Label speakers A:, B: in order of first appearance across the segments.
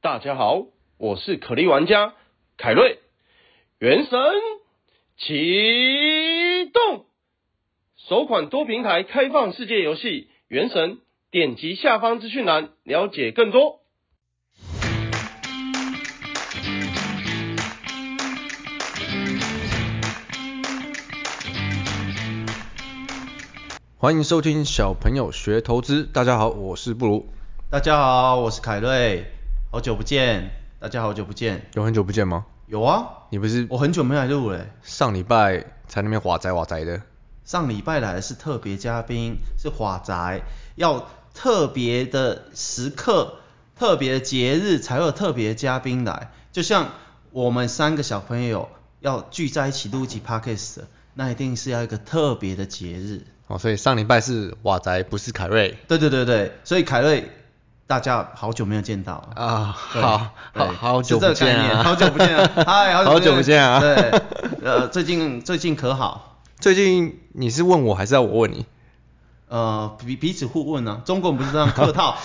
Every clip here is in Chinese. A: 大家好，我是可莉玩家凯瑞。原神启动，首款多平台开放世界游戏《原神》，点击下方资讯栏了解更多。
B: 欢迎收听小朋友学投资。大家好，我是布鲁。
C: 大家好，我是凯瑞，好久不见，大家好久不见。
B: 有很久不见吗？
C: 有啊，
B: 你不是
C: 我很久没来录了。
B: 上礼拜才那边瓦仔瓦仔的？
C: 上礼拜来的是特别嘉宾，是华宅，要特别的时刻、特别的节日才会有特别的嘉宾来。就像我们三个小朋友要聚在一起录一集 podcast，那一定是要一个特别的节日。
B: 哦，所以上礼拜是瓦仔，不是凯瑞
C: 对对对对，所以凯瑞，大家好久没有见到了。
B: 啊。
C: 对
B: 好
C: 对
B: 好好久
C: 是这
B: 不
C: 个概
B: 见
C: 念
B: 啊！
C: 好久不见 啊！嗨，
B: 好久不见啊！
C: 对，呃，最近最近可好？
B: 最近你是问我还是要我问你？
C: 呃，彼彼此互问啊，中国人不是这样 客套，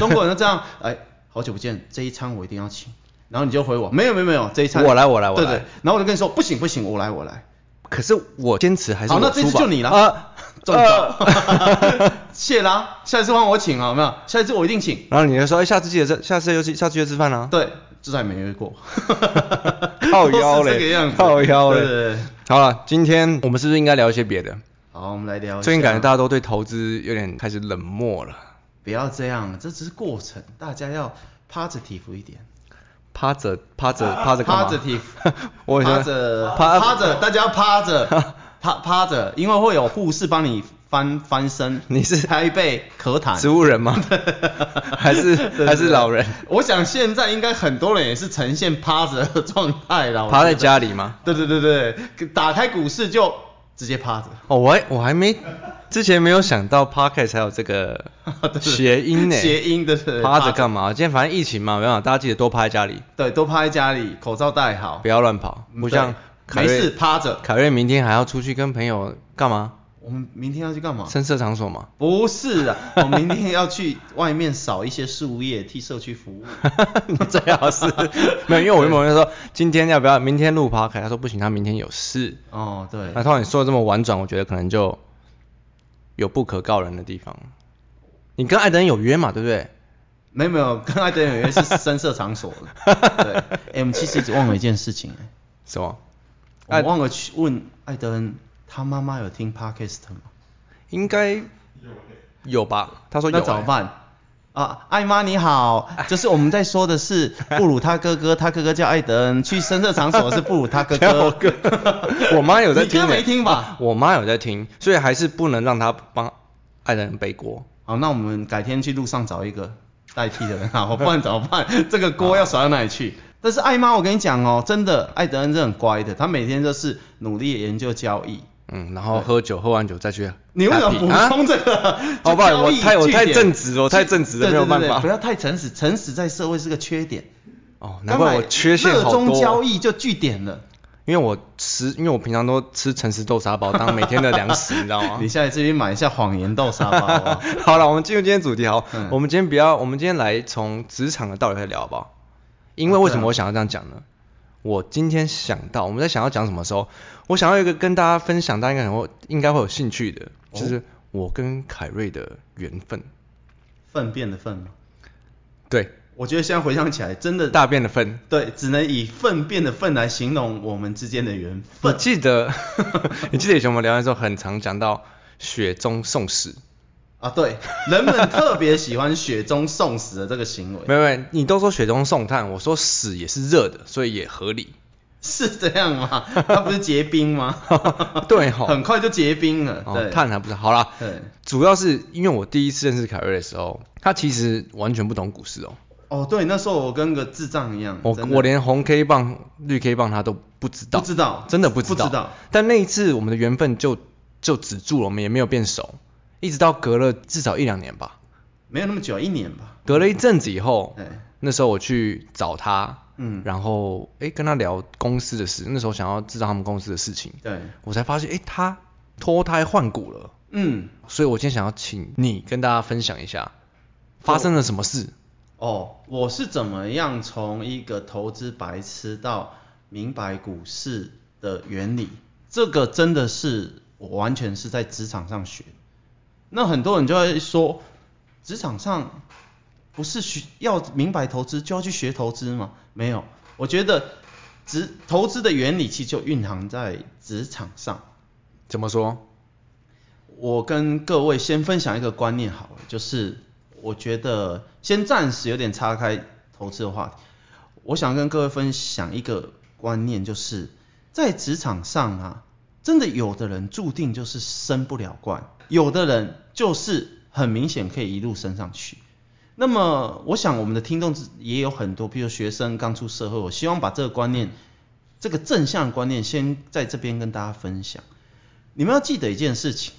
C: 中国人都这样，哎，好久不见，这一餐我一定要请，然后你就回我，没有没有没有，这一餐
B: 我来我来我
C: 对
B: 来
C: 对，然后我就跟你说，不行不行，我来我来，
B: 可是我坚持还是
C: 好，那
B: 我
C: 这
B: 出
C: 次
B: 吧。
C: 就你了
B: 啊，呃
C: 中招， 谢啦，下一次换我请啊，有没有？下一次我一定请，
B: 然后你就说，哎，下次记得吃，下次就去，下次就吃饭啊。
C: 对，这再没约过，
B: 靠腰
C: 都 是
B: 嘞，
C: 这个样子，
B: 靠腰嘞。
C: 对对对，
B: 好了，今天我们是不是应该聊一些别的？
C: 好，我们来聊一下，
B: 最近感觉大家都对投资有点开始冷漠了
C: 不要这样，这只是过程，大家要 positive 一点。
B: 趴着趴着
C: 啊
B: 趴着干嘛
C: positive，
B: 我很喜欢
C: 趴着
B: 趴
C: 趴着，大家趴着趴趴着，因为会有护士帮你翻翻身。
B: 你是
C: 拍背咳痰？
B: 植物人 吗？还是
C: 对
B: 还是老人？
C: 我想现在应该很多人也是呈现趴着的状态啦。我
B: 趴在
C: 觉得。
B: 家里吗？
C: 对对对对，打开股市就直接趴着。
B: 哦，我还我还没之前没有想到 podcast 还有这 个谐音呢，
C: 谐音对对对
B: 趴着干嘛？今天反正疫情嘛，没办法，大家记得多趴在家里，
C: 对，都趴在家里，口罩戴好
B: 不。要乱跑，不像
C: 啊嗯对
B: 凯
C: 没
B: 瑞
C: 事趴着。
B: 凯瑞明天还要出去跟朋友干嘛？
C: 我们明天要去干嘛？
B: 深色场所 嘛。
C: 不是啊，我明天要去外面扫一些树叶，替社区 服务。
B: 你最好是没有，因为我原本就说今天要不要，明天录 podcast，他说不行，他明天有事。
C: 哦，对
B: 那，突然你说的这么婉转，我觉得可能就有不可告人的地方。你跟艾登有约嘛，对不对？
C: 没有没有，跟爱德演员是深色场所的。对，哎、我们其实一直忘了一件事情、
B: 什么？
C: 哎，我们忘了去问艾德恩，他妈妈有听 podcast 吗？
B: 应该有吧？他说有、欸哎
C: 那怎么？办？啊，艾妈你好，就是我们在说的是布鲁他哥哥，他哥哥叫艾德恩，去深色场所的是布鲁他 哥
B: 我
C: 哥。
B: 哥， 我妈有在听、
C: 你
B: 欸，
C: 哥没听吧？
B: 我妈有在听，所以还是不能让她帮艾登背锅。
C: 好，那我们改天去路上找一个代替的人好，不然怎么办？ 这个锅要甩到哪里去？但是艾妈，我跟你讲哦，真的，艾德恩是很乖的，他每天就是努力研究交易。
B: 嗯，然后喝酒，喝完酒再去啊 happy。
C: 你为什么补充这个？
B: 好不好
C: 就交易
B: 我太我太
C: 据点
B: 正直了我太正直了
C: 对
B: 没有
C: 对
B: 办
C: 对
B: 法
C: 不要太诚实，诚实在社会是个缺点。
B: 哦，难怪我缺陷好
C: 热衷
B: 多。
C: 交易就据点了。
B: 因为我吃，因为我平常都吃诚实豆沙包当每天的粮食，你知道吗
C: 你？下来这边买一下谎言豆沙包啊好不好
B: 好了，我们进入今天主题好，
C: 嗯
B: 我们今天不要，我们今天来从职场的道理来聊好不好？因
C: 哦
B: 为为
C: 啊
B: 什么我想要这样讲呢？我今天想到我们在想要讲什么时候，我想要一个跟大家分享，大家应该很会应该会有兴趣的，
C: 哦
B: 就是我跟凯瑞的缘分，
C: 粪便的粪吗？
B: 对，
C: 我觉得现在回想起来，真的
B: 大便的粪。
C: 对，只能以粪便的粪来形容我们之间的缘
B: 你
C: 分。
B: 记得， 你记得以前我们聊天的时候，很常讲到雪中送死，
C: 啊，对，人们特别喜欢雪中送死的这个行为，
B: 没有没有，你都说雪中送炭，我说死也是热的，所以也合 理。
C: 是这样吗？它不是结冰 吗？
B: 对吼
C: 很快就结冰了。
B: 哦
C: 对，，
B: 炭还不是好啦，
C: 对，
B: 主要是因为我第一次认识凯瑞的时候，他其实完全不懂股市哦，
C: 哦，对，那时候我跟个智障一样，
B: 我
C: 嗯真的
B: 我连红 K 棒、绿 K 棒他都不知道，
C: 不知道
B: 真的不知
C: 不
B: 道。
C: 知道
B: 但那一次我们的缘分就就止住了，我们也没有变熟，一直到隔了至少一两年吧，
C: 没有那么久，一年吧。
B: 隔了一阵子以后，
C: 对，
B: 那时候我去找他，
C: 嗯，
B: 然后诶跟他聊公司的事，那时候想要知道他们公司的事情，
C: 对，
B: 我才发现诶他脱胎换骨了。
C: 嗯，
B: 所以我今天想要请你跟大家分享一下发生了什么事。
C: 哦，我是怎么样从一个投资白痴到明白股市的原理？这个真的是我完全是在职场上学。那很多人就会说，职场上不是学要明白投资就要去学投资吗？没有，我觉得职投资的原理其实就蕴含在职场上。
B: 怎么说？
C: 我跟各位先分享一个观念好了，就是我觉得先暂时有点岔开投资的话题，我想跟各位分享一个观念，就是在职场上啊，真的有的人注定就是升不了官，有的人就是很明显可以一路升上去。那么我想我们的听众也有很多，比如学生刚出社会，我希望把这个观念，这个正向的观念先在这边跟大家分享。你们要记得一件事情。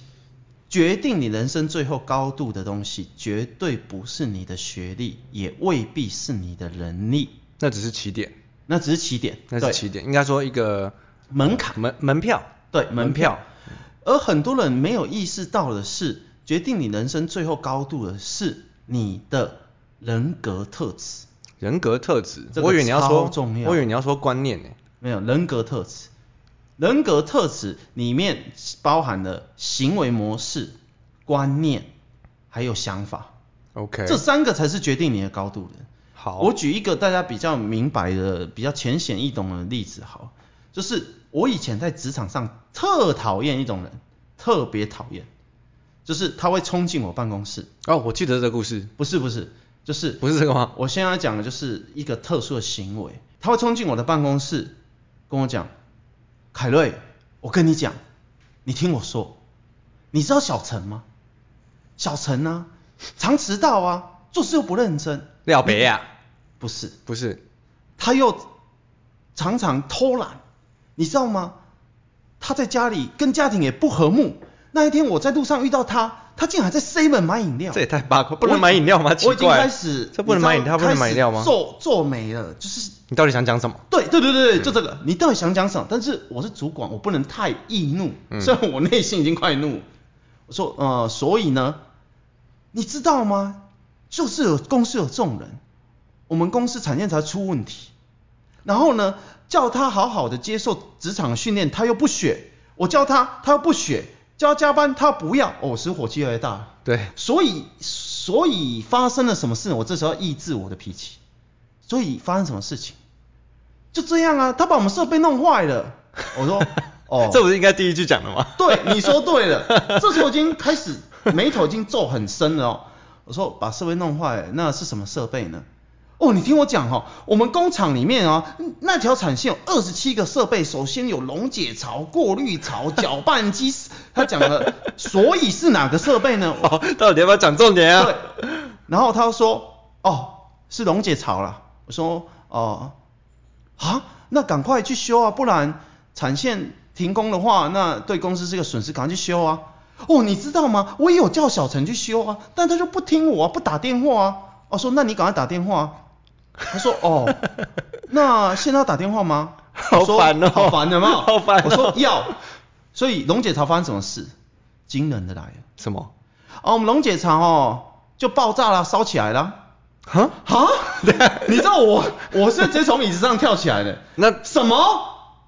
C: 决定你人生最后高度的东西，绝对不是你的学历，也未必是你的能力，
B: 那只是起点，
C: 那只是起点，
B: 那
C: 对
B: 是起点，应该说一个
C: 门槛，
B: 门门票。
C: 对
B: 门
C: 门
B: 票
C: 票。而很多人没有意识到的是，决定你人生最后高度的是你的人格特质，
B: 人格特质，
C: 这个
B: 我以为你要说
C: 超，重要
B: 我以为你要说观念呢。
C: 没有人格特质。人格特质里面包含了行为模式、观念，还有想法，
B: OK，
C: 这三个才是决定你的高度的。
B: 好，
C: 我举一个大家比较明白的、比较浅显易懂的例子，好，就是我以前在职场上特讨厌一种人，特别讨厌，就是他会冲进我办公室，
B: 哦，我记得这个故事，
C: 不是不是，就是
B: 不是这个吗？
C: 我现在讲的就是一个特殊的行为，他会冲进我的办公室，跟我讲，凯瑞，我跟你讲，你听我说，你知道小陈吗？小陈啊，常迟到啊，做事又不认真，
B: 廖北亚，
C: 不是。
B: 不是，
C: 他又常常偷懒，你知道吗？他在家里跟家庭也不和睦。那一天我在路上遇到他，他竟然还在 seven 买饮料。
B: 这也太八卦，不能买饮料吗？奇
C: 我已经
B: 怪
C: 开始，
B: 这不能买饮料，
C: 你知
B: 不
C: 道
B: 能买饮料
C: 开
B: 吗
C: 始？皱皱眉了，就是
B: 你到底想讲什么？
C: 对对对对，对就这个。你到底想讲什么？但是我是主管，我不能太易怒，
B: 嗯
C: 虽然我内心已经快怒。我说呃，所以呢，你知道吗？就是有公司有这种人，我们公司产业才出问题。然后呢，叫他好好的接受职场训练，他又不学；我叫他，他又不学；叫他加班，他不要。哦，我使火气越来越大了。
B: 对，，
C: 所以，所以发生了什么事？我这时候要抑制我的脾气。所以发生什么事情？就这样啊，他把我们设备弄坏了。我说，哦
B: 这不是应该第一句讲的吗？
C: 对，你说 对了。这时候已经开始眉头已经皱很深了哦。我说把设备弄坏了，那是什么设备呢？哦，你听我讲哈、哦，我们工厂里面啊，那条产线有二十七个设备，首先有溶解槽、过滤槽、搅拌机。他讲了，所以是哪个设备呢？
B: 哦，到底要不要讲重点啊？
C: 对， 然后他说，哦，是龙姐吵了。我说，哦、啊，那赶快去修啊，不然产线停工的话，那对公司是个损失，赶快去修啊。哦，你知道吗？我也有叫小陈去修啊，但他就不听我啊，不打电话啊。我说，那你赶快打电话、啊。他说，哦， 那现在要打电话吗？
B: 好烦哦
C: 我说好烦的嘛，
B: 好烦哦
C: 我说要，所以龙姐吵发生什么事？惊人的来了。
B: 什么？
C: 哦，我们龙姐厂哦就爆炸了，烧起来了。
B: 哈？
C: 哈，啊 你知道我我是直接从椅子上跳起来的。
B: 那
C: 什么？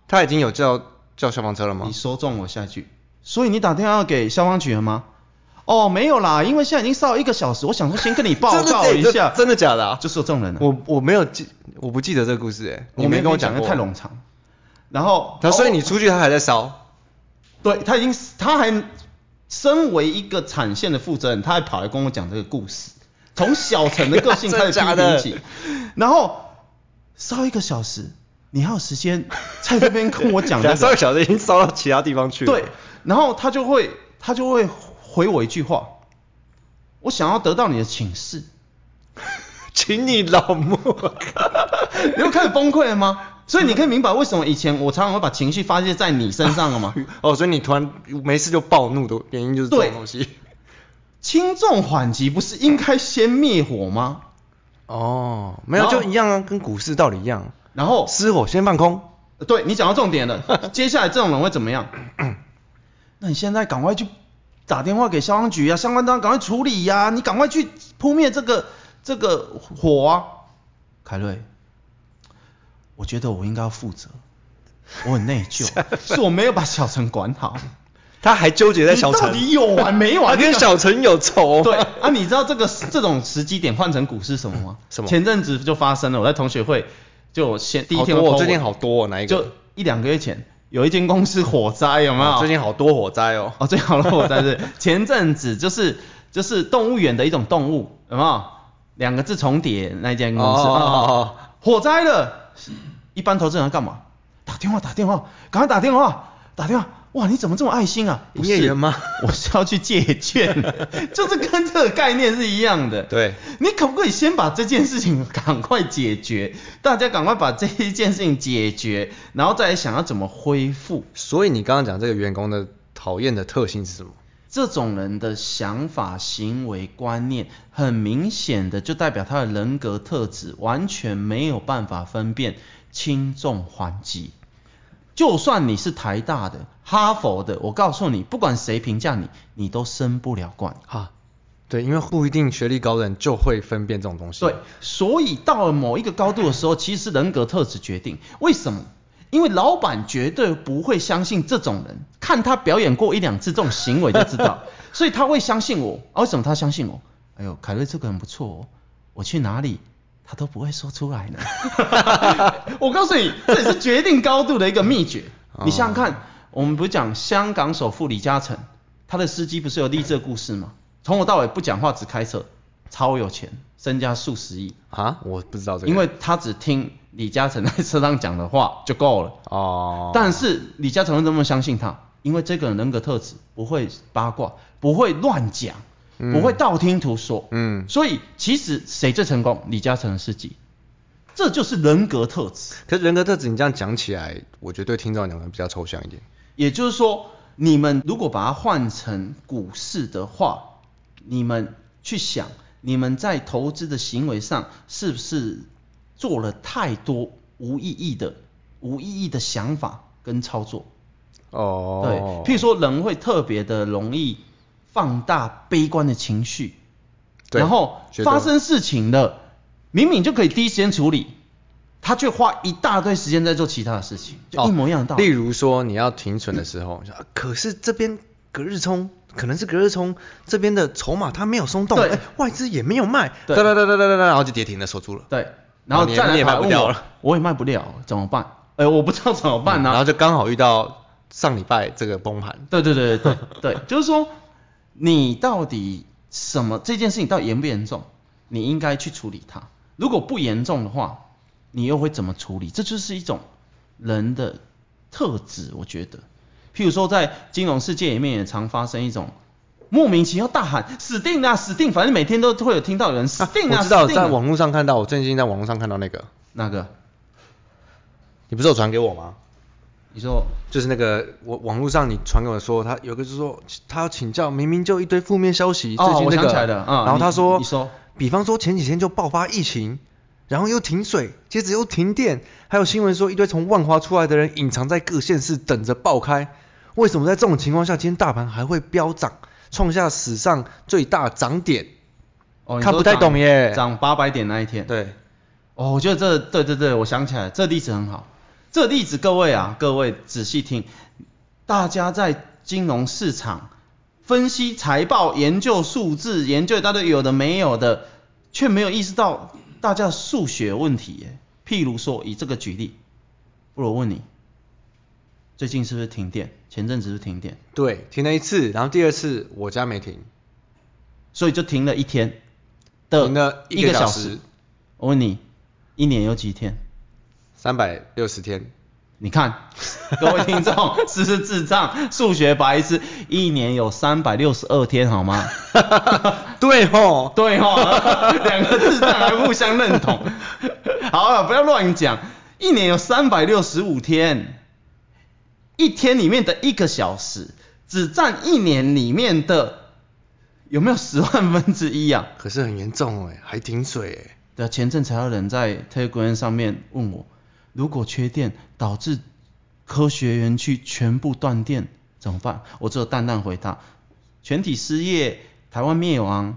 B: 他已经有叫叫消防车了吗
C: 你？说中我下一句。所以你打电话给消防局了吗？哦，没有啦，因为现在已经烧了一个小时，我想说先跟你 报告
B: 真
C: 一
B: 的
C: 下。
B: 真的假的啊？
C: 就是有这种人啊。
B: 我我没有记，我不记得这个故事哎，
C: 我
B: 没
C: 没
B: 跟
C: 我
B: 讲过。
C: 太冗。长。然后，
B: 他所以你
C: 哦
B: 出去他还在烧，
C: 对他已经他还身为一个产线的负责人，他还跑来跟我讲这个故事，从小陈的个性开 始
B: 真的
C: 批
B: 假的
C: 评起，然后烧一个小时，你还有时间在这边跟我讲这
B: 烧
C: 个，
B: 小时已经烧到其他地方去了。
C: 对，然后他就会他就会回我一句话，我想要得到你的请示，
B: 请你老 母。
C: 你又开始崩溃了吗？所以你可以明白为什么以前我常常会把情绪发泄在你身上 了吗？
B: 哦，所以你突然没事就暴怒的原因就是这种
C: 对
B: 东西。
C: 轻重缓急不是应该先灭火吗？
B: 哦，没有
C: 然后
B: 就一样啊，跟股市道理一样，
C: 然后
B: 失火先放空。
C: 呃对你讲到重点 了，接下来这种人会怎 么样？那你现在赶快去打电话给消防局啊，相关单位赶快处理呀、你赶快去扑灭这个这个火啊，凯瑞，我觉得我应该要负责，我很内 疚，
B: 啊
C: 是我没有把小陈管好。
B: 他还纠结在小
C: 你到
B: 陈，
C: 底有完没完？
B: 他跟小陈有仇。
C: 对啊，你知道这个这种时机点换成股是什么吗？
B: 什么
C: 前阵子就发生了，我在同学会就有先第一
B: 好
C: 天
B: 多哦
C: 我
B: 最近好多哦哪一个
C: 就一两个月前有一间公司火灾，有没有？
B: 哦最近好多火灾哦。
C: 哦，最好的火灾 是前阵子就是就是动物园的一种动物，有没有？两个字重叠那一间公司
B: 哦哦哦
C: 啊
B: 哦，
C: 火灾了，一般投资人要干嘛？打电话打电话，赶快打电话打电话。哇，你怎么这么爱心啊？不是
B: 营业员吗？
C: 我是要去借券， 就是跟这个概念是一样的。
B: 对，
C: 你可不可以先把这件事情赶快解决？大家赶快把这一件事情解决，然后再来想要怎么恢复。
B: 所以你刚刚讲这个员工的讨厌的特性是什么？
C: 这种人的想法、行为、观念，很明显的就代表他的人格特质，完全没有办法分辨轻重缓急。就算你是台大的、哈佛的，我告诉你，不管谁评价你，你都升不了官。
B: 啊，对，因为不一定学历高的人就会分辨这种东西。
C: 对，所以到了某一个高度的时 候，其实是人格特质决定。为什么？因为老板绝对不会相信这种人，看他表演过一两次这种行为就 知道，所以他会相信我。啊，为什么他相信我？哎呦，凯瑞这个人不错哦，我去哪里他都不会说出来呢。 我告诉你，这也是决定高度的一个秘诀。你想想看，我们不是讲香港首富李嘉诚，他的司机不是有励志的故事吗？从头到尾不讲话，只开车，超有钱，身家数十亿，
B: 啊，我不知道这个。
C: 因为他只听李嘉诚在车上讲的话就够了。
B: 哦，
C: 但是李嘉诚能不能相信他？因为这个人人格特质不会八卦，不会乱讲，
B: 嗯
C: 不会道听途说。
B: 嗯
C: 所以其实谁最成功？李嘉诚的事迹，这就是人格特质。
B: 可是人格特质，你这样讲起来，我觉得对听众来讲可能比较抽象一点。
C: 也就是说，你们如果把它换成股市的话，你们去想，你们在投资的行为上是不是做了太多无意义的、无意义的想法跟操作？
B: 哦，
C: 对，譬如说人会特别的容易放大悲观的情绪，
B: 对
C: 然后
B: 绝对
C: 发生事情了，明明就可以第一时间处理，他却花一大堆时间在做其他的事情，就一模一样的道理。
B: 哦例如说你要停损的时候，你说啊可是这边隔日冲，可能是隔日冲这边的筹码它没有松动，
C: 对
B: 哎，外资也没有卖，
C: 对
B: 哒哒哒哒哒哒，然后就跌停了，锁住了。
C: 对，然后
B: 哦你也
C: 再来
B: 你也卖
C: 反
B: 不
C: 问
B: 掉
C: 我
B: 了，
C: 我也卖不了，怎么办？哎、我不知道怎么办啊呢、
B: 然后就刚好遇到上礼拜这个崩盘。
C: 对对对对对对，就是说你到底什么这件事情到底严不严重，你应该去处理它。如果不严重的话，你又会怎么处理？这就是一种人的特质，我觉得。譬如说，在金融世界里面也常发生一种莫名其妙大喊“死定啦，死定”，反正每天都会有听到有人“死定
B: 啊我
C: 啦，
B: 知道，
C: 死定
B: 在
C: 啦
B: 网络上看到，我最近在网络上看到那个，”。
C: 那个，
B: 你不是有传给我吗？
C: 你说
B: 就是那个我网络上你传给我说，他有个就是说他要请教，明明就一堆负面消息，
C: 哦
B: 最近
C: 我
B: 这个，
C: 想起来了嗯
B: 然后他
C: 你
B: 说，
C: 你说，
B: 比方说前几天就爆发疫情，然后又停水，接着又停电，还有新闻说一堆从万华出来的人隐藏在各县市等着爆开，为什么在这种情况下，今天大盘还会飙涨，创下史上最大涨点？
C: 哦，你
B: 看
C: 说
B: 不太
C: 涨
B: 懂耶
C: 涨八百点那一天。
B: 对，
C: 哦，我觉得这对对对，我想起来了，这例子很好。这例子各位啊，各位仔细听，大家在金融市场分析财报、研究数字、研究一大堆有的没有的，却没有意识到大家的数学问题耶。譬如说，以这个举例，不如我问你，最近是不是停电？前阵子是不是停电，
B: 对，停了一次，然后第二次我家没停，
C: 所以就停了一天的
B: 停了一
C: 呃一
B: 个
C: 个小
B: 小时
C: 时。我问你，一年有几天？
B: 三百六十天，
C: 你看，各位听众是不是智障？数学白痴，一年有三百六十二天，好吗？
B: 对吼，
C: 对哦， 两个智障还互相认同。好了，不要乱讲，一年有三百六十五天，一天里面的一个小时，只占一年里面的有没有十万分之一啊？
B: 可是很严重哎，还停水哎。
C: 对啊，前阵才有人在 Telegram 上面问我，如果缺电导致科学园区全部断电怎么办？我只有淡淡回答：全体失业，台湾灭亡，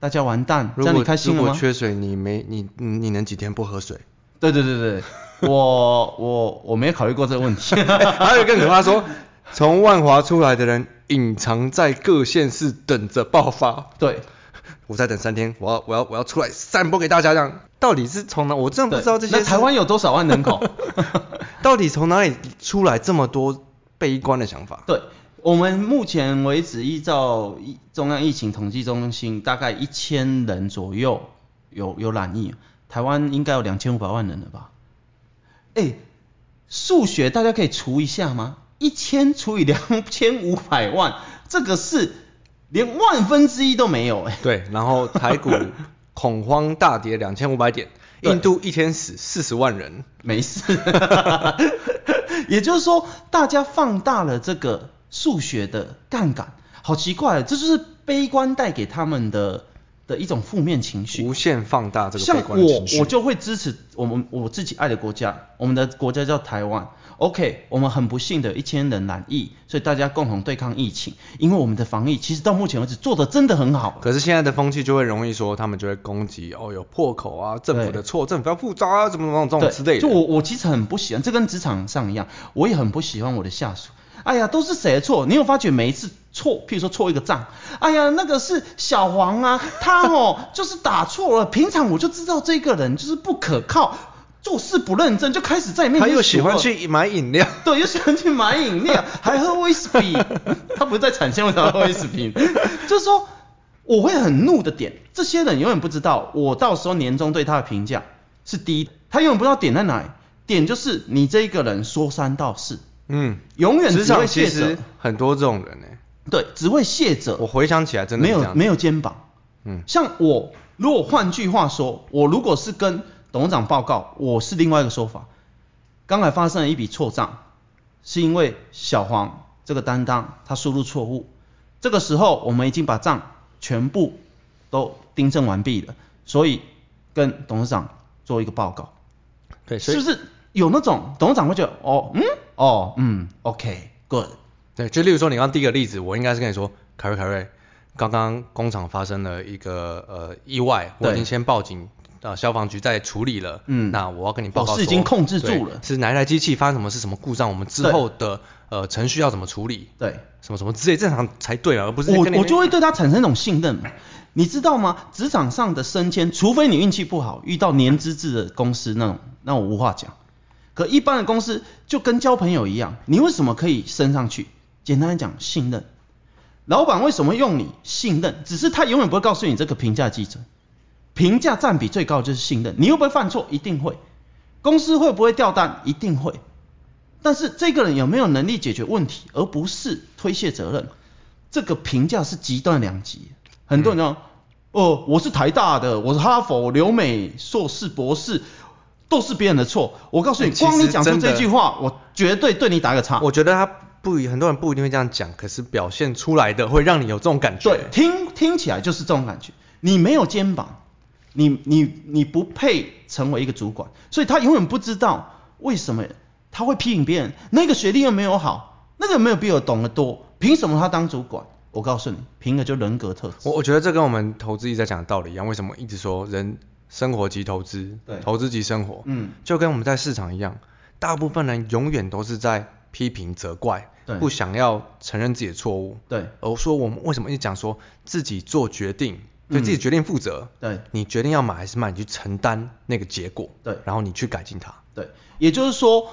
C: 大家完蛋，这
B: 如
C: 样
B: 果
C: 你开心
B: 如
C: 了
B: 果
C: 吗？
B: 缺水，你没你你你能几天不喝水？
C: 对对对 对，我我我没有考虑过这个 问题。
B: 还有更可怕说，从万华出来的人隐藏在各县市等着爆发。
C: 对，
B: 我再等三天，我要我要我要出来散播给大家，这样到底是从哪？我真的不知道这些
C: 那
B: 是
C: 台湾有多少万人 口？
B: 到底从哪里出来这么多悲观的想法。
C: 对，我们目前为止依照疫中央疫情统计中心，大概一千人左右有有染疫，台湾应该有两千五百万人了吧？哎，数学大家可以除一下吗？一千除以两千五百万，这个是连万分之一都没有哎、
B: 对，然后台股恐慌大跌两千五百点，
C: 对
B: 印度一天死四十万人。
C: 没事。 也就是说，大家放大了这个数学的杠杆，好奇怪，这就是悲观带给他们的的一种负面情绪。
B: 无限放大这个悲
C: 像
B: 观的
C: 我
B: 情，绪
C: 我。就会支持我们我自己爱的国家，我们的国家叫台湾。OK，我们很不幸的一千人染疫，所以大家共同对抗疫情，因为我们的防疫其实到目前为止做的真的很好。
B: 可是现在的风气就会容易说，他们就会攻击哦，有破口啊，政府
C: 对
B: 的错，政府要负责啊，怎么怎么这
C: 对，
B: 种之类的。
C: 就我我其实很不喜欢，这跟职场上一样，我也很不喜欢我的下属。哎呀，都是谁的错？你有发觉每一次错，譬如说错一个账，哎呀，那个是小黄啊，他哦就是打错了。平常我就知道这个人就是不可靠，做事不认真，就开始在你面
B: 他
C: 前
B: 又喜欢
C: 数落
B: 去买饮料，
C: 对，又喜欢去买饮料，还喝威士忌。他不是在产线，为什么喝威士 忌？就是说，我会很怒的点，这些人永远不知道我到时候年终对他的评价是低的，他永远不知道点在哪里。点就是你这一个人说三道四，
B: 嗯，
C: 永远
B: 职
C: 只会
B: 场其
C: 卸责
B: 实，很多这种人呢、
C: 对，只会卸责。
B: 我回想起来真的
C: 没
B: 是这
C: 有
B: 样
C: 没有肩膀。
B: 嗯
C: 像我，如果换句话说，我如果是跟董事长报告，我是另外一个说法。刚才发生了一笔错账，是因为小黄这个担当他输入错误。这个时候我们已经把账全部都订正完毕了，所以跟董事长做一个报告。
B: 对，所
C: 是
B: 以
C: 不是有那种董事长会觉得哦嗯哦嗯 OK good
B: 对，就例如说你刚刚第一个例子，我应该是跟你说，凯瑞凯瑞，刚刚工厂发生了一个呃意外，我已
C: 对
B: 经先报警。呃，消防局在处理了，
C: 嗯
B: 那我要跟你报告
C: 哦
B: 说，
C: 是已经控制住
B: 对
C: 了
B: 是哪一台机器发生什么是什么故障，我们之
C: 对
B: 后的呃程序要怎么处理，
C: 对。
B: 什么什么之类，正常才对啊嘛，而不是
C: 我
B: 跟你
C: 我就会对他产生一种信任嘛，你知道吗？职场上的升迁，除非你运气不好，遇到年资制的公司那种，那我无话讲。可一般的公司就跟交朋友一样，你为什么可以升上去？简单来讲，信任。老板为什么用你？信任，只是他永远不会告诉你这个评价基准。评价占比最高的就是信任，你会不会犯错？一定会。公司会不会掉单？一定会。但是这个人有没有能力解决问题，而不是推卸责任，这个评价是极端两极。很多
B: 嗯
C: 人讲，哦，我是台大的，我是哈佛、我留美硕士、博士，都是别人的错。我告诉你，
B: 哎其实
C: 光你讲出
B: 真的
C: 这句话，我绝对对你打个叉。
B: 我觉得他不一很多人不一定会这样讲，可是表现出来的会让你有这种感觉。
C: 对，听听起来就是这种感觉，你没有肩膀，你你你不配成为一个主管，所以他永远不知道为什么他会批评别人，那个学历又没有好，那个又没有比我懂得多，凭什么他当主管？我告诉你，凭的就人格特质。
B: 我我觉得这跟我们投资一直在讲的道理一样，为什么一直说人生活即投资
C: 对，
B: 投资即生活，
C: 嗯
B: 就跟我们在市场一样，大部分人永远都是在批评责怪
C: 对，
B: 不想要承认自己的错误，
C: 对
B: 而说我们为什么一直讲说自己做决定，对
C: 嗯
B: 自己决定负责，
C: 对
B: 你决定要买还是卖，你去承担那个结果，
C: 对
B: 然后你去改进它，
C: 对，也就是说，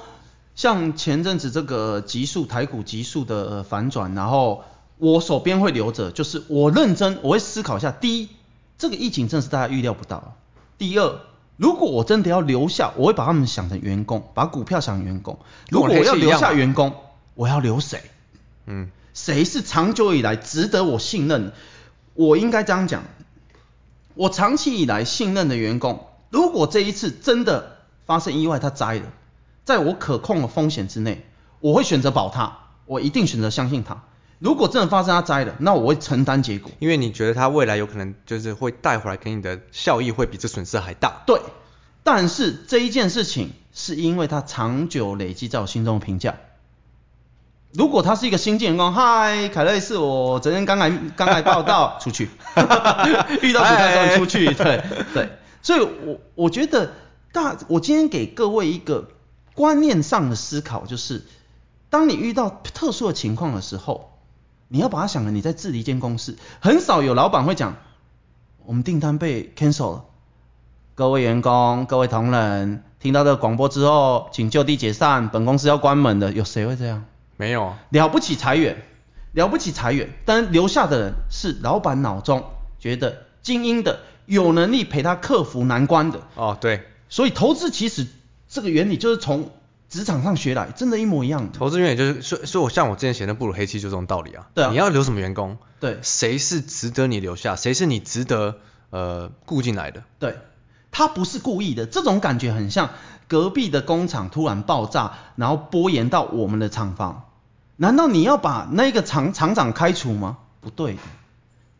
C: 像前阵子这个急速台股急速的呃反转，然后我手边会留着，就是我认真，我会思考一下。第一，这个疫情真的是大家预料不到。第二，如果我真的要留下，我会把他们想成员工，把股票想成员工。如果我要留下员工，我要留谁？
B: 嗯，
C: 谁是长久以来值得我信任？我应该这样讲，我长期以来信任的员工，如果这一次真的发生意外，他栽了，在我可控的风险之内，我会选择保他，我一定选择相信他。如果真的发生他栽了，那我会承担结果。
B: 因为你觉得它未来有可能就是会带回来给你的效益会比这损失还大，
C: 对，但是这一件事情是因为他长久累积在我心中的评价，如果他是一个新进员工，嗨，凯瑞是我昨天刚来刚来报道，出去，遇到主教授出去，对对，所以我我觉得大，我今天给各位一个观念上的思考，就是当你遇到特殊的情况的时候，你要把它想成你在治理一间公司，很少有老板会讲，我们订单被 cancel 了，各位员工、各位同仁，听到这个广播之后，请就地解散，本公司要关门的，有谁会这样？
B: 没有啊，
C: 了不起裁员，了不起裁员，但留下的人是老板脑中觉得精英的，有能力陪他克服难关的。
B: 哦对，
C: 所以投资其实这个原理就是从职场上学来，真的，一模一样的。
B: 投资员也就是，所以所以我像我之前写的布鲁黑七就这种道理啊，
C: 对啊
B: 你要留什么员工，
C: 对
B: 谁是值得你留下，谁是你值得呃雇进来的，
C: 对，他不是故意的，这种感觉很像隔壁的工厂突然爆炸，然后波延到我们的厂房。难道你要把那个厂厂长开除吗？不对的，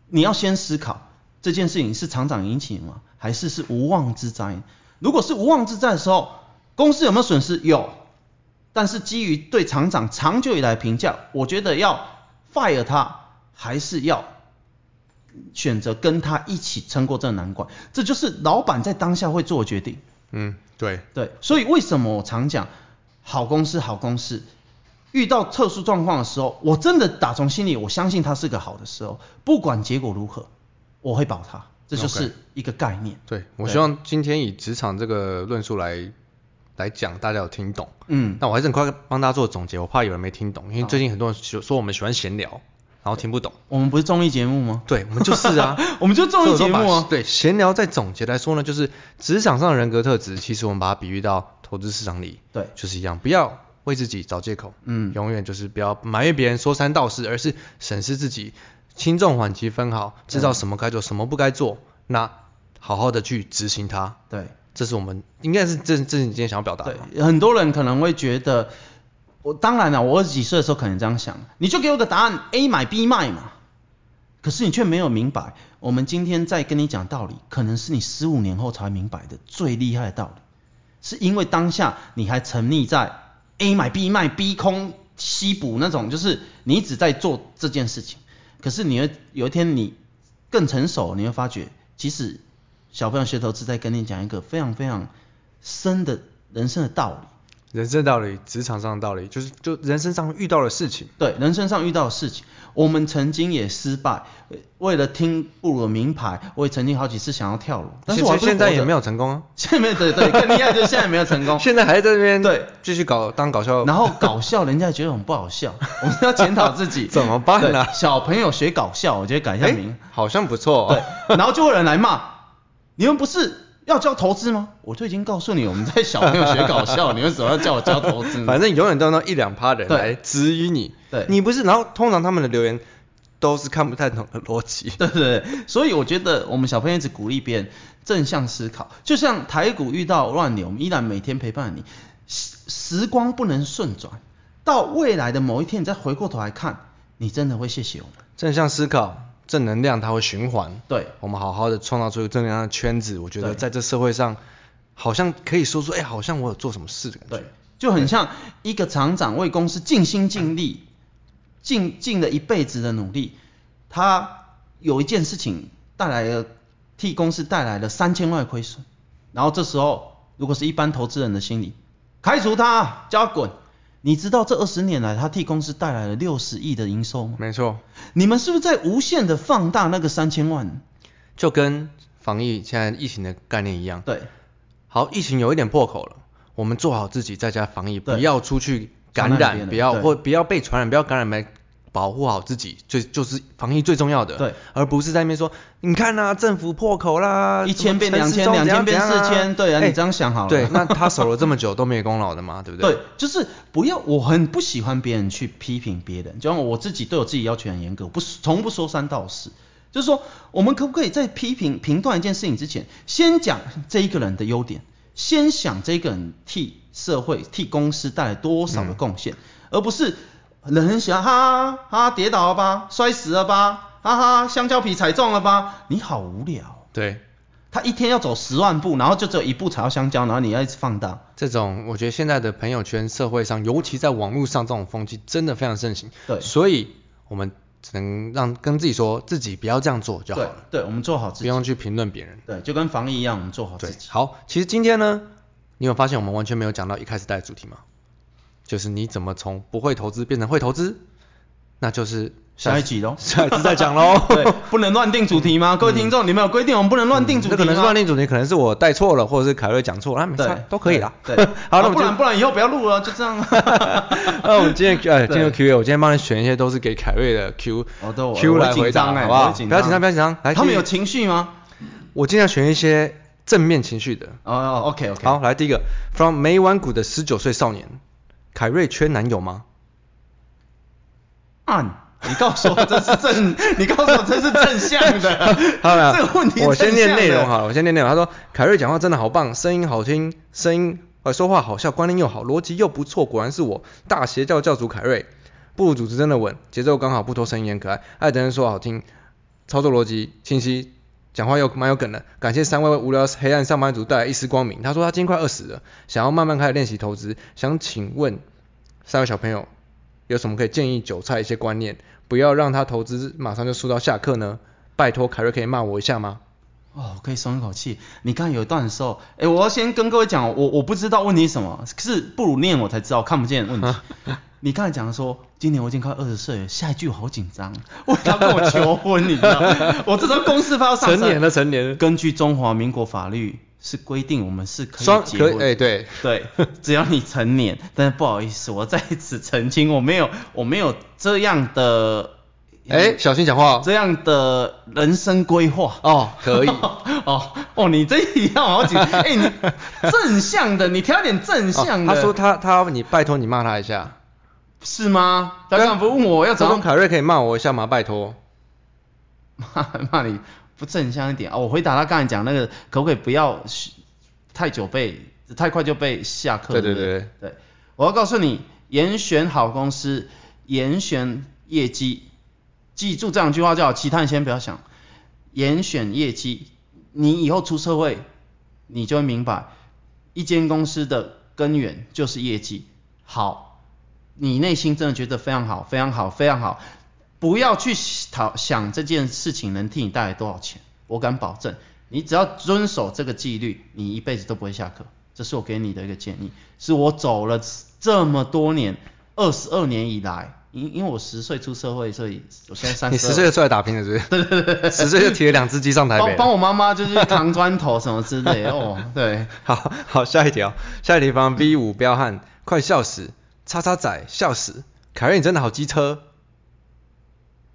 C: 你要先思考这件事情是厂长引起的吗？还是是无妄之灾？如果是无妄之灾的时候，公司有没有损失？有，但是基于对厂长长久以来的评价，我觉得要 fire 他，还是要选择跟他一起撑过这个难关，这就是老板在当下会做的决定。
B: 嗯对，
C: 对，所以为什么我常讲好公司好公司，遇到特殊状况的时候，我真的打从心里我相信它是个好的时候，不管结果如何，我会保它，这就
B: OK
C: 是一个概念。
B: 对，我希望今天以职场这个论述来来讲，大家有听懂。
C: 嗯，
B: 那我还是很快帮大家做总结，我怕有人没听懂，因为最近很多人喜说我们喜欢闲聊，然后听不懂。
C: 我们不是综艺节目吗？，
B: 对，我们就是 啊
C: 我们就综艺节目啊
B: 所以我都把对，闲聊再总结来说呢，就是职场上的人格特质，其实我们把它比喻到投资市场里，
C: 对
B: 就是一样，不要为自己找借口，
C: 嗯
B: 永远就是不要埋怨别人说三道四，而是审视自己，轻重缓急分好，知道什么该做，什么不该做，那好好的去执行它。
C: 对。
B: 这是我们应该是这这是你今天想要表达的吧。
C: 对，很多人可能会觉得，我当然了，我二十几岁的时候可能这样想，你就给我个答案，A 买 B 卖嘛。可是你却没有明白，我们今天在跟你讲道理，可能是你十五年后才明白的最厉害的道理，是因为当下你还沉溺在 A 买 B 卖 B 空吸补那种，就是你只在做这件事情。可是你会有一天你更成熟，你会发觉，其实小朋友学投资在跟你讲一个非常非常深的人生的道理。
B: 人生道理、职场上的道理，就是就人生上遇到的事情。
C: 对，人生上遇到的事情，我们曾经也失败，呃为了听布鲁的名牌，我也曾经好几次想要跳楼，但是
B: 其实
C: 我还不是
B: 现在
C: 活着
B: 也没有，成功啊，
C: 现在没有对对，更厉害就是现在没 有成功。
B: 现在还在这边
C: 对
B: 继续搞当搞笑。
C: 然后搞笑，人家也觉得很不 好笑，我们要检讨自己
B: 怎么办呢
C: 对小朋友学搞笑，我觉得改一下
B: 哎
C: 名。
B: 好像不错、哦。
C: 对，然后就会有人来骂，你们不是要教投资吗？我就已经告诉你，我们在小朋友学 搞笑，你为什么要叫我教投资呢？
B: 反正永远都有那一两趴人
C: 对
B: 来质疑你。
C: 对
B: 你不是，然后通常他们的留言都是看不太懂的逻辑。
C: 对对对，所以我觉得我们小朋友一直鼓励别人正向思考，就像台股遇到乱流，我们依然每天陪伴你。时时光不能顺转，到未来的某一天，你再回过头来看，你真的会谢谢我们。
B: 正向思考、正能量，它会循环。
C: 对
B: 我们好好的创造出一个正能量的圈子，我觉得
C: 对
B: 在这社会上，好像可以说出，哎、好像我有做什么事的感觉。
C: 对，就很像一个厂长为公司尽心尽力，尽尽了一辈子的努力，他有一件事情带来了替公司带来了三千万的亏损，然后这时候如果是一般投资人的心理，开除他，叫他滚。你知道这二十年来他替公司带来了六十亿的营收吗？
B: 没错，
C: 你们是不是在无限的放大那个三千万？
B: 就跟防疫现在疫情的概念一样。
C: 对
B: 好，疫情有一点破口了，我们做好自己在家防疫，
C: 对
B: 不要出去感
C: 传染别
B: 染，
C: 人
B: 不要
C: 对
B: 或不要被传染，不要感染，来保护好自己，最就是防疫最重要的。
C: 对，
B: 而不是在那边说，你看呐、政府破口啦，
C: 一千变
B: 啊什么陈时中怎样
C: 两千，两千变
B: 怎样
C: 四千，对啊，
B: 哎
C: 你这样想好了。
B: 对，那他守了这么久都没有功劳的嘛，对不对？
C: 对，就是不要，我很不喜欢别人去批评别人，就像我自己对我自己要求很严格，我不从不说三道四。就是说，我们可不可以在批评评断一件事情之前，先讲这一个人的优点，先想这个人替社会、替公司带来多少的贡
B: 嗯
C: 献，而不是人很喜欢哈哈哈跌倒了吧，摔死了吧，哈哈香蕉皮踩中了吧，你好无聊。
B: 对
C: 他一天要走十万步，然后就只有一步踩到香蕉，然后你要一直放大。
B: 这种我觉得现在的朋友圈、社会上，尤其在网络上，这种风气真的非常盛行。
C: 对
B: 所以我们只能让跟自己说，自己不要这样做就好
C: 对
B: 了，
C: 对，我们做好自
B: 不
C: 己。
B: 用去评论别人。
C: 对，就跟防疫一样，我们做好
B: 对
C: 自
B: 哦
C: 己。，
B: 好，其实今天呢，你有发现我们完全没有讲到一开始带的主题吗？就是你怎么从不会投资变成会投资，那就是
C: 下一集咯
B: 下一次再讲喽。
C: 对， 不能乱定主题吗？各位听众，你们有规定我们不能乱定主题
B: 嗯这可
C: 吗？
B: 能是乱定主题，可能是我带错了，或者是凯瑞讲错了，那没
C: 对
B: 差，都可以啦。
C: 对，对
B: 好，那我
C: 啊
B: 们
C: 不
B: 就
C: 然不然以后不要录了，就这样。
B: 那我们今天 Q- 哎，
C: 对
B: 进入 Q A，我今天帮你选一些都是给凯瑞的 Q
C: 哦对我
B: Q
C: 我
B: 来
C: 紧
B: 回答，
C: 张哎
B: 好不好？
C: 我
B: 不
C: 紧
B: 要紧张，
C: 张
B: 不要紧张。来，
C: 他们有
B: 第一
C: 情绪吗？
B: 我尽量选一些正面情绪的。
C: 哦哦，OK OK。
B: 好，来第一个，From 梅湾谷的十九岁少年，凯瑞缺男友吗？。
C: 暗，啊你告诉我这是正， 你告诉我这是正向的
B: 好了，
C: 这个问题
B: 我先念内容
C: 哈。
B: 好了，我先念内容。他说，凯瑞讲话真的好棒，声音好听，声音呃说话好笑，观念又好，逻辑又不错，果然是我大邪教教主凯瑞。不如主持真的稳，节奏刚好，不拖声音也很可爱，艾德恩说好听，操作逻辑清晰，讲话又蛮有梗的。感谢三位为无聊黑暗上班族带来一丝光明。他说他今年快二十了，想要慢慢开始练习投资，想请问三位小朋友有什么可以建议韭菜一些观念，不要让他投资马上就输到下课呢？拜托凯瑞可以骂我一下吗？
C: 哦，我可以松一口气。你刚才有一段的时候，哎，我要先跟各位讲，我我不知道问题是什么，是不如念我才知道看不见的问题。 你刚才讲说，今年我已经快二十岁了，下一句我好紧张，啊我要跟我求婚，你知道吗，我这张公司发要上
B: 成
C: 升
B: 年了，成年了，
C: 根据中华民国法律是规定，我们是可
B: 双
C: 以结
B: 可
C: 婚
B: 以，哎、对，
C: 对，只要你成年。但是不好意思，我在此澄清，我没有，我没有这样的，
B: 哎、
C: 嗯
B: 小心讲话哦
C: 这样的人生规划。
B: 哦， 可以，
C: 哦哦，你这一要好 紧，哎、你正向的，你挑点正向
B: 哦
C: 的。
B: 他说他他你拜托你骂他一下，
C: 是吗？他刚刚不是问我要怎
B: 他说
C: 么
B: 凯瑞可以骂我一下吗？拜托，
C: 骂骂你不正向一点啊、我回答他刚才讲那个，可不可以不要太久被太快就被下课？
B: 对
C: 对
B: 对
C: 不
B: 对
C: 对，我要告诉你，严选好公司，严选业绩，记住这两句话就好，其他你先不要想。严选业绩，你以后出社会，你就会明白，一间公司的根源就是业绩好，你内心真的觉得非常好，非常好，非常好，不要去讨想这件事情能替你带来多少钱，我敢保证，你只要遵守这个纪律，你一辈子都不会下课。这是我给你的一个建议，是我走了这么多年，二十二年以来，因因为我十岁出社会，所以我现在三
B: 你十岁就出来打拼了是不是？ 对对对，十岁就提了两只鸡上台北
C: 帮
B: 了
C: 帮我妈妈就是扛砖头什么之类哦，对，
B: 好好，下一条，下一题方 B 五彪悍，快笑死，叉叉仔笑死，凯瑞你真的好机车，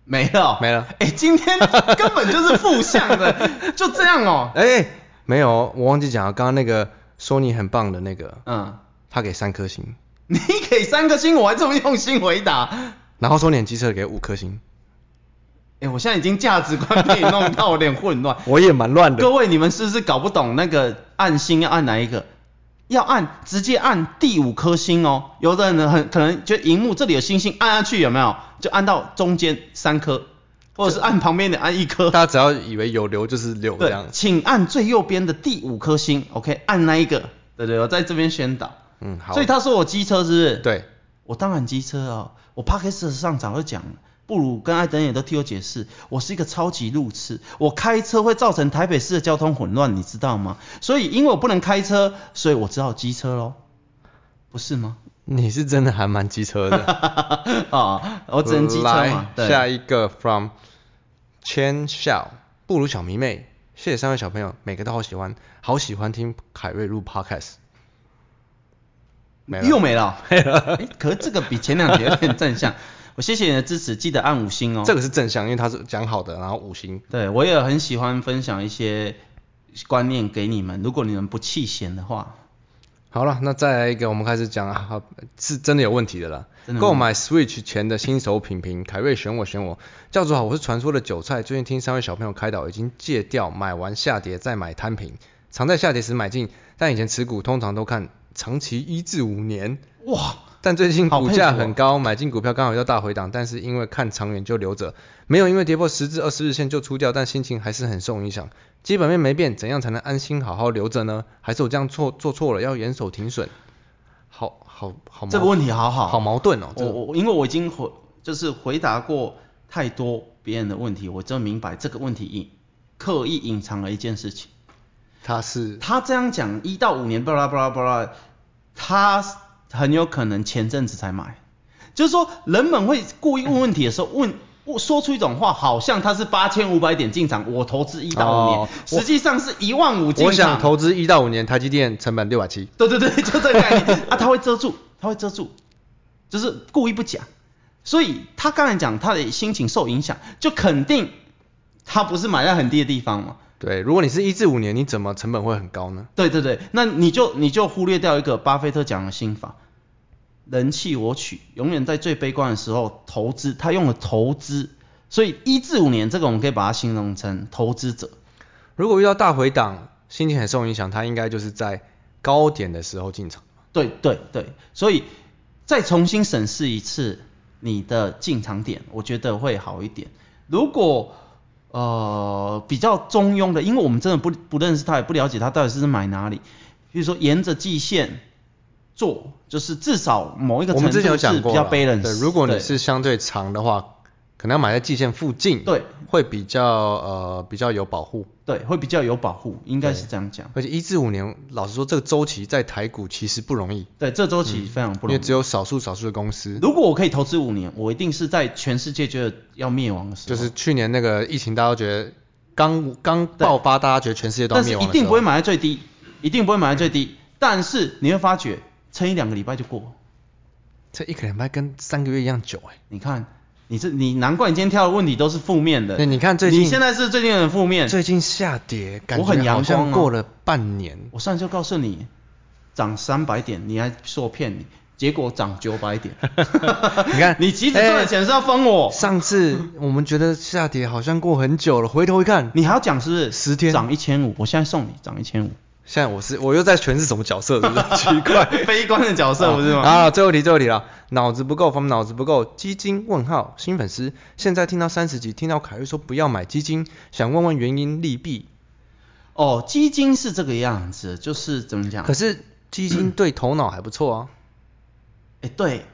C: 没了
B: 没了
C: 哎、今天根本就是负向的，就这样哦，
B: 哎、没有哦，我忘记讲了，刚刚那个说你很棒的那个，
C: 嗯，
B: 他给三颗星，
C: 你给三颗星，我还这么用心回答，哎、
B: 然后说你很机车给五颗星，，
C: 我现在已经价值观被你弄到有点混乱
B: 我也蛮乱
C: 各
B: 的，
C: 位你们是不是搞不懂那个按星要按哪一个？要按直接按第五颗星哦，有的人很可能就荧幕这里有星星按下去有没有？就按到中间三颗，或者是按旁边的按一颗。
B: 大家只要以为有留就是留这
C: 对
B: 样，，
C: 请按最右边的第五颗星，OK，按那一个。对对，我在这边宣导。
B: 嗯好，
C: 所以他说我机车是不是？，
B: 对，
C: 我当然机车啊，我 p a c k a g e 上早就讲了。不如跟艾登也都替我解释，我是一个超级路痴，我开车会造成台北市的交通混乱，你知道吗？所以因为我不能开车，所以我只好机车喽，不是吗？
B: 你是真的还蛮机车的，
C: 啊，我只能机车嘛。
B: 来
C: 对，
B: 下一个 from 千笑，不如小迷妹，谢谢三位小朋友，每个都好喜欢，好喜欢听凯瑞录 podcast，没了
C: 又没 了，没了。可是这个比前两节有点正向。 我谢谢你的支持，记得按五星哦。
B: 这个是正向，因为他是讲好的，然后五星，
C: 对，我也很喜欢分享一些观念给你们。如果你们不弃嫌的话，
B: 好了，那再来一个，我们开始讲啊，好是真的有问题的啦
C: 真。的有问题
B: 购买 Switch 前的新手品评，凯瑞选我选我。教主好，我是传说的韭菜，最近听三位小朋友开导，已经戒掉买完下跌再买摊平，常在下跌时买进，但以前持股通常都看长期一至五年，
C: 哇，
B: 但最近
C: 好
B: 股
C: 佩
B: 价
C: 服哦
B: 很高，买进股票刚好要大回档，但是因为看长远就留着，没有因为跌破十至二十日线就出掉，但心情还是很受影响。基本面没变，怎样才能安心好好留着呢？还是我这样做做错了，要严守停损？好好好矛，
C: 这个问题好好，
B: 好矛盾哦。这
C: 我
B: 个
C: 我我因为我已经回就是回答过太多别人的问题，我真明白这个问题隐刻意隐藏了一件事情。
B: 他是
C: 他这样讲一到五年，巴拉巴拉巴拉，他很有可能前阵子才买，就是说人们会故意问问题的时候问。说出一种话，好像他是八千五百点进场，我投资一到五年，
B: 哦我
C: 实际上是一万五进场。
B: 我想投资一到五年，台积电成本六百七。
C: 对对对，就这个概念啊，他会遮住， 他会遮住，就是故意不讲。所以他刚才讲他的心情受影响，就肯定他不是买在很低的地方嘛。
B: 对，如果你是一至五年，你怎么成本会很高呢？
C: 对对对，那你就你就忽略掉一个巴菲特讲的心法，人弃我取，永远在最悲观的时候投资，他用了投资，所以一至五年这个我们可以把它形容成投资者。
B: 如果遇到大回档，心情很受影响，他应该就是在高点的时候进场。
C: 对对对，所以再重新审视一次你的进场点，我觉得会好一点。如果呃比较中庸的，因为我们真的不不认识他，也不了解他到底是买哪里，比如说沿着季线做，就是至少某一个
B: 我
C: 程
B: 们
C: 度
B: 之前有
C: 是
B: 讲过
C: 比
B: 啦
C: 较 balance
B: 对
C: 对。，
B: 如果你是相对长的话，可能要买在季线附近，
C: 对，
B: 会比较呃比较有保护。
C: 对会比较有保护，应该是这样讲。
B: 而且一至五年，老实说，这个周期在台股其实不容易，
C: 对，这周期非常不
B: 嗯因
C: 容易。
B: 为只有少数少数的公司，
C: 如果我可以投资五年，我一定是在全世界觉得要灭亡的时候，
B: 就是去年那个疫情，大家都觉得刚刚爆发，大家觉得全世界都要
C: 但是
B: 灭
C: 一
B: 亡的时
C: 定不
B: 候
C: 会买在最低，一定不会买在最低。但是你会发觉，撑一两个礼拜就过。
B: 这一个礼拜跟三个月一样久哎、
C: 你看，你这你难怪你今天挑的问题都是负面的。
B: 对你看最近
C: 你现在是最近很负面。
B: 最近下跌，感
C: 我
B: 觉
C: 很
B: 好
C: 阳光
B: 像
C: 啊
B: 过了半 年，
C: 我上次就告诉你，涨三百点，你还说我骗你，结果涨九 百点。
B: 你看哎
C: 你急着赚的钱是要分我，
B: 上次我们觉得下跌好像过很久了，回头一看，
C: 你还要讲是不是？
B: 十天
C: 涨一千五，我现在送你涨一千五。
B: 现在我是我又在诠释什么角色， 是不是奇怪？
C: 悲观的角色不是吗？
B: 啊，最后一题，最后一题了。脑子不够，我们脑子不够。基金？问号，新粉丝。现在听到三十集，听到凯瑞说不要买基金，想问问原因利弊。
C: 哦，基金是这个样子，就是怎么讲？
B: 可是基金对头脑还不错啊。
C: 哎，对，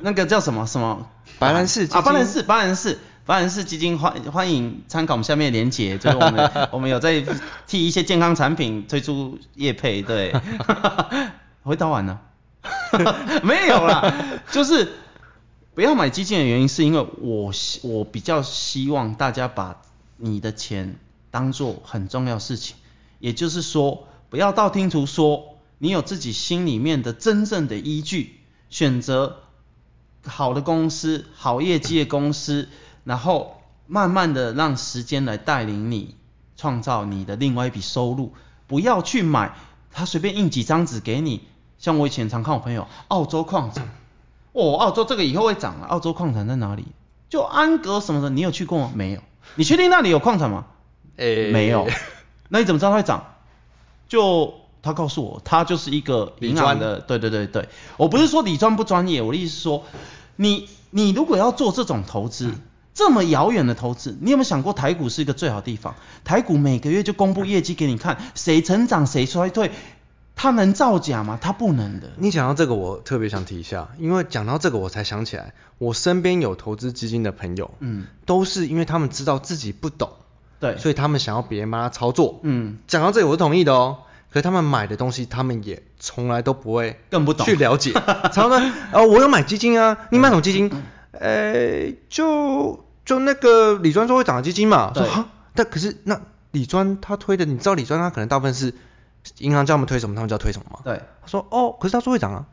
C: 那个叫什么什么
B: 白兰氏基金
C: 啊，白兰氏，白兰氏，白兰氏基金欢欢迎参考我们下面的连结，就是 我们我们有在替一些健康产品推出业配， 对，回答完了， 没有啦，就是不要买基金的原因是因为我希我比较希望大家把你的钱当做很重要的事情，也就是说，不要道听途说，你有自己心里面的真正的依据，选择好的公司、好业绩的公司，然后慢慢的让时间来带领你创造你的另外一笔收入，不要去买他随便印几张纸给你。像我以前常看我朋友，澳洲矿产，哦，澳洲这个以后会涨啊，澳洲矿产在哪里？就安格什么的，你有去过吗？没有。你确定那里有矿产吗？
B: 诶
C: 没有。 那你怎么知道它会涨？就他告诉我，他就是一个银行的，对对对对。我不是说你专不专业，我的意思是说，你你如果要做这种投资，
B: 嗯
C: 这么遥远的投资，你有没有想过台股是一个最好的地方？台股每个月就公布业绩给你看，谁成长谁衰退，它能造假吗？它不能的。
B: 你讲到这个，我特别想提一下，因为讲到这个，我才想起来，我身边有投资基金的朋友，
C: 嗯，
B: 都是因为他们知道自己不懂，
C: 对，
B: 所以他们想要别人帮他操作。
C: 嗯，
B: 讲到这里，我是同意的哦。可是他们买的东西，他们也从来都不会
C: 更不懂
B: 去了 解。常常说，呃，我有买基金啊，你买什么基
C: 嗯
B: 金？呃，就就那个李专说会涨的基金嘛。说
C: 对
B: 哈，但可是那李专他推的，你知道李专他可能大部分是银行叫他们推什么，他们就要推什么嘛。
C: 对，
B: 他说哦，可是他说会涨啊。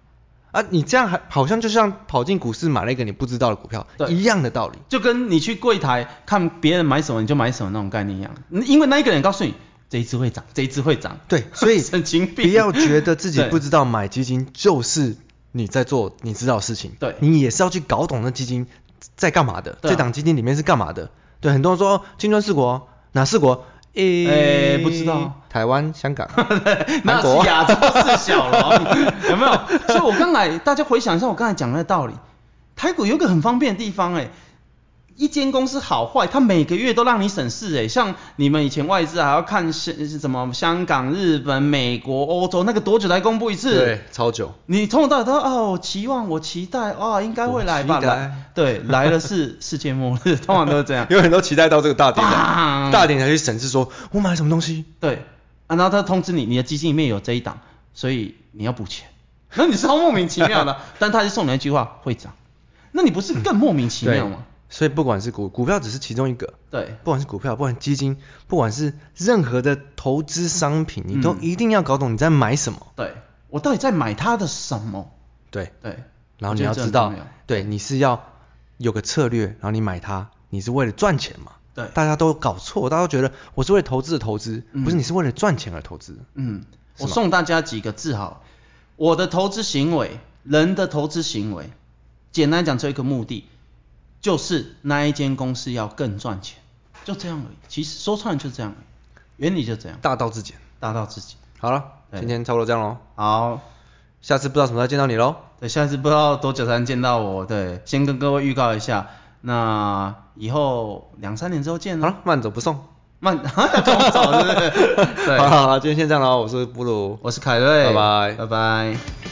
B: 啊，你这样还好像就像跑进股市买了一个你不知道的股票
C: 对
B: 一样的道理。
C: 就跟你去柜台看别人买什么你就买什么那种概念一样，因为那一个人告诉你这一只会涨，这一只会涨，
B: 对，所 以
C: 神经 病
B: 不要觉得自己
C: 对
B: 不知道买基金就是你在做 你知道的事情，
C: 对
B: 你也是要去搞懂那基金在干嘛的，
C: 对啊
B: 这档基金里面是干嘛的。对，很多人说、哦、金砖四国哪四国？诶、
C: 诶不知道，
B: 台湾、香 港、 韩
C: 那
B: 国
C: 是亚洲四小龙， 有没有？所以我刚才大家回想一下我刚才讲的那道理，台股有一个很方便的地方、哎，一间公司好坏，它每个月都让你省事、哎，像你们以前外资还要看是是什么香港、日本、美国、欧洲，那个多久才公布一次？
B: 对，超久。
C: 你从头到尾都哦，我期望，我期待，哦，应该会来吧，
B: 我期待
C: 来，对，来了是世界末日，通常都是这样，
B: 有很多期待到这个大点
C: 棒
B: 的， 大点才去审视说，我买了什么东西？
C: 对，啊，然后他通知你，你的基金里面有这一档，所以你要补钱，那你超莫名其 妙的，但他就送你那句话会涨，那你不是更莫名其
B: 对
C: 妙吗？
B: 所以不管是股股票只是其中一个，
C: 对，
B: 不管是股票，不管基金，不管是任何的投资商品，你都
C: 嗯
B: 一定要搞懂你在买什么。
C: 对，我到底在买它的什么？
B: 对，
C: 对，
B: 然后
C: 我
B: 你
C: 觉得
B: 要
C: 这很
B: 知道
C: 重要，
B: 对，你是要有个策略，然后你买它，你是为了赚钱嘛？
C: 对
B: 大家都搞错，大家都觉得我是为了投资而投资，
C: 嗯
B: 不是你是为了赚钱而投资。
C: 嗯，
B: 是
C: 我
B: 吗
C: 送大家几个字好，我的投资行为，人的投资行为，简单讲，只有一个目的，就是那一间公司要更赚钱，就这样而已。其实说穿了就这样而已，原理就这样，
B: 大道至简。
C: 达到自己。
B: 好了，
C: 对
B: 今天差不多这样喽，
C: 好，
B: 下次不知道什么时候见到你喽。
C: 对，下次不知道多久才能见到我，对，先跟各位预告一下，那以后两三年之后见
B: 好
C: 了。
B: 了，慢走不送。
C: 慢，跟我走是不
B: 好了
C: 是？对，
B: 好了，今天先这样喽，我是布鲁。
C: 我是凯
B: 拜
C: 瑞，
B: 拜
C: 拜拜。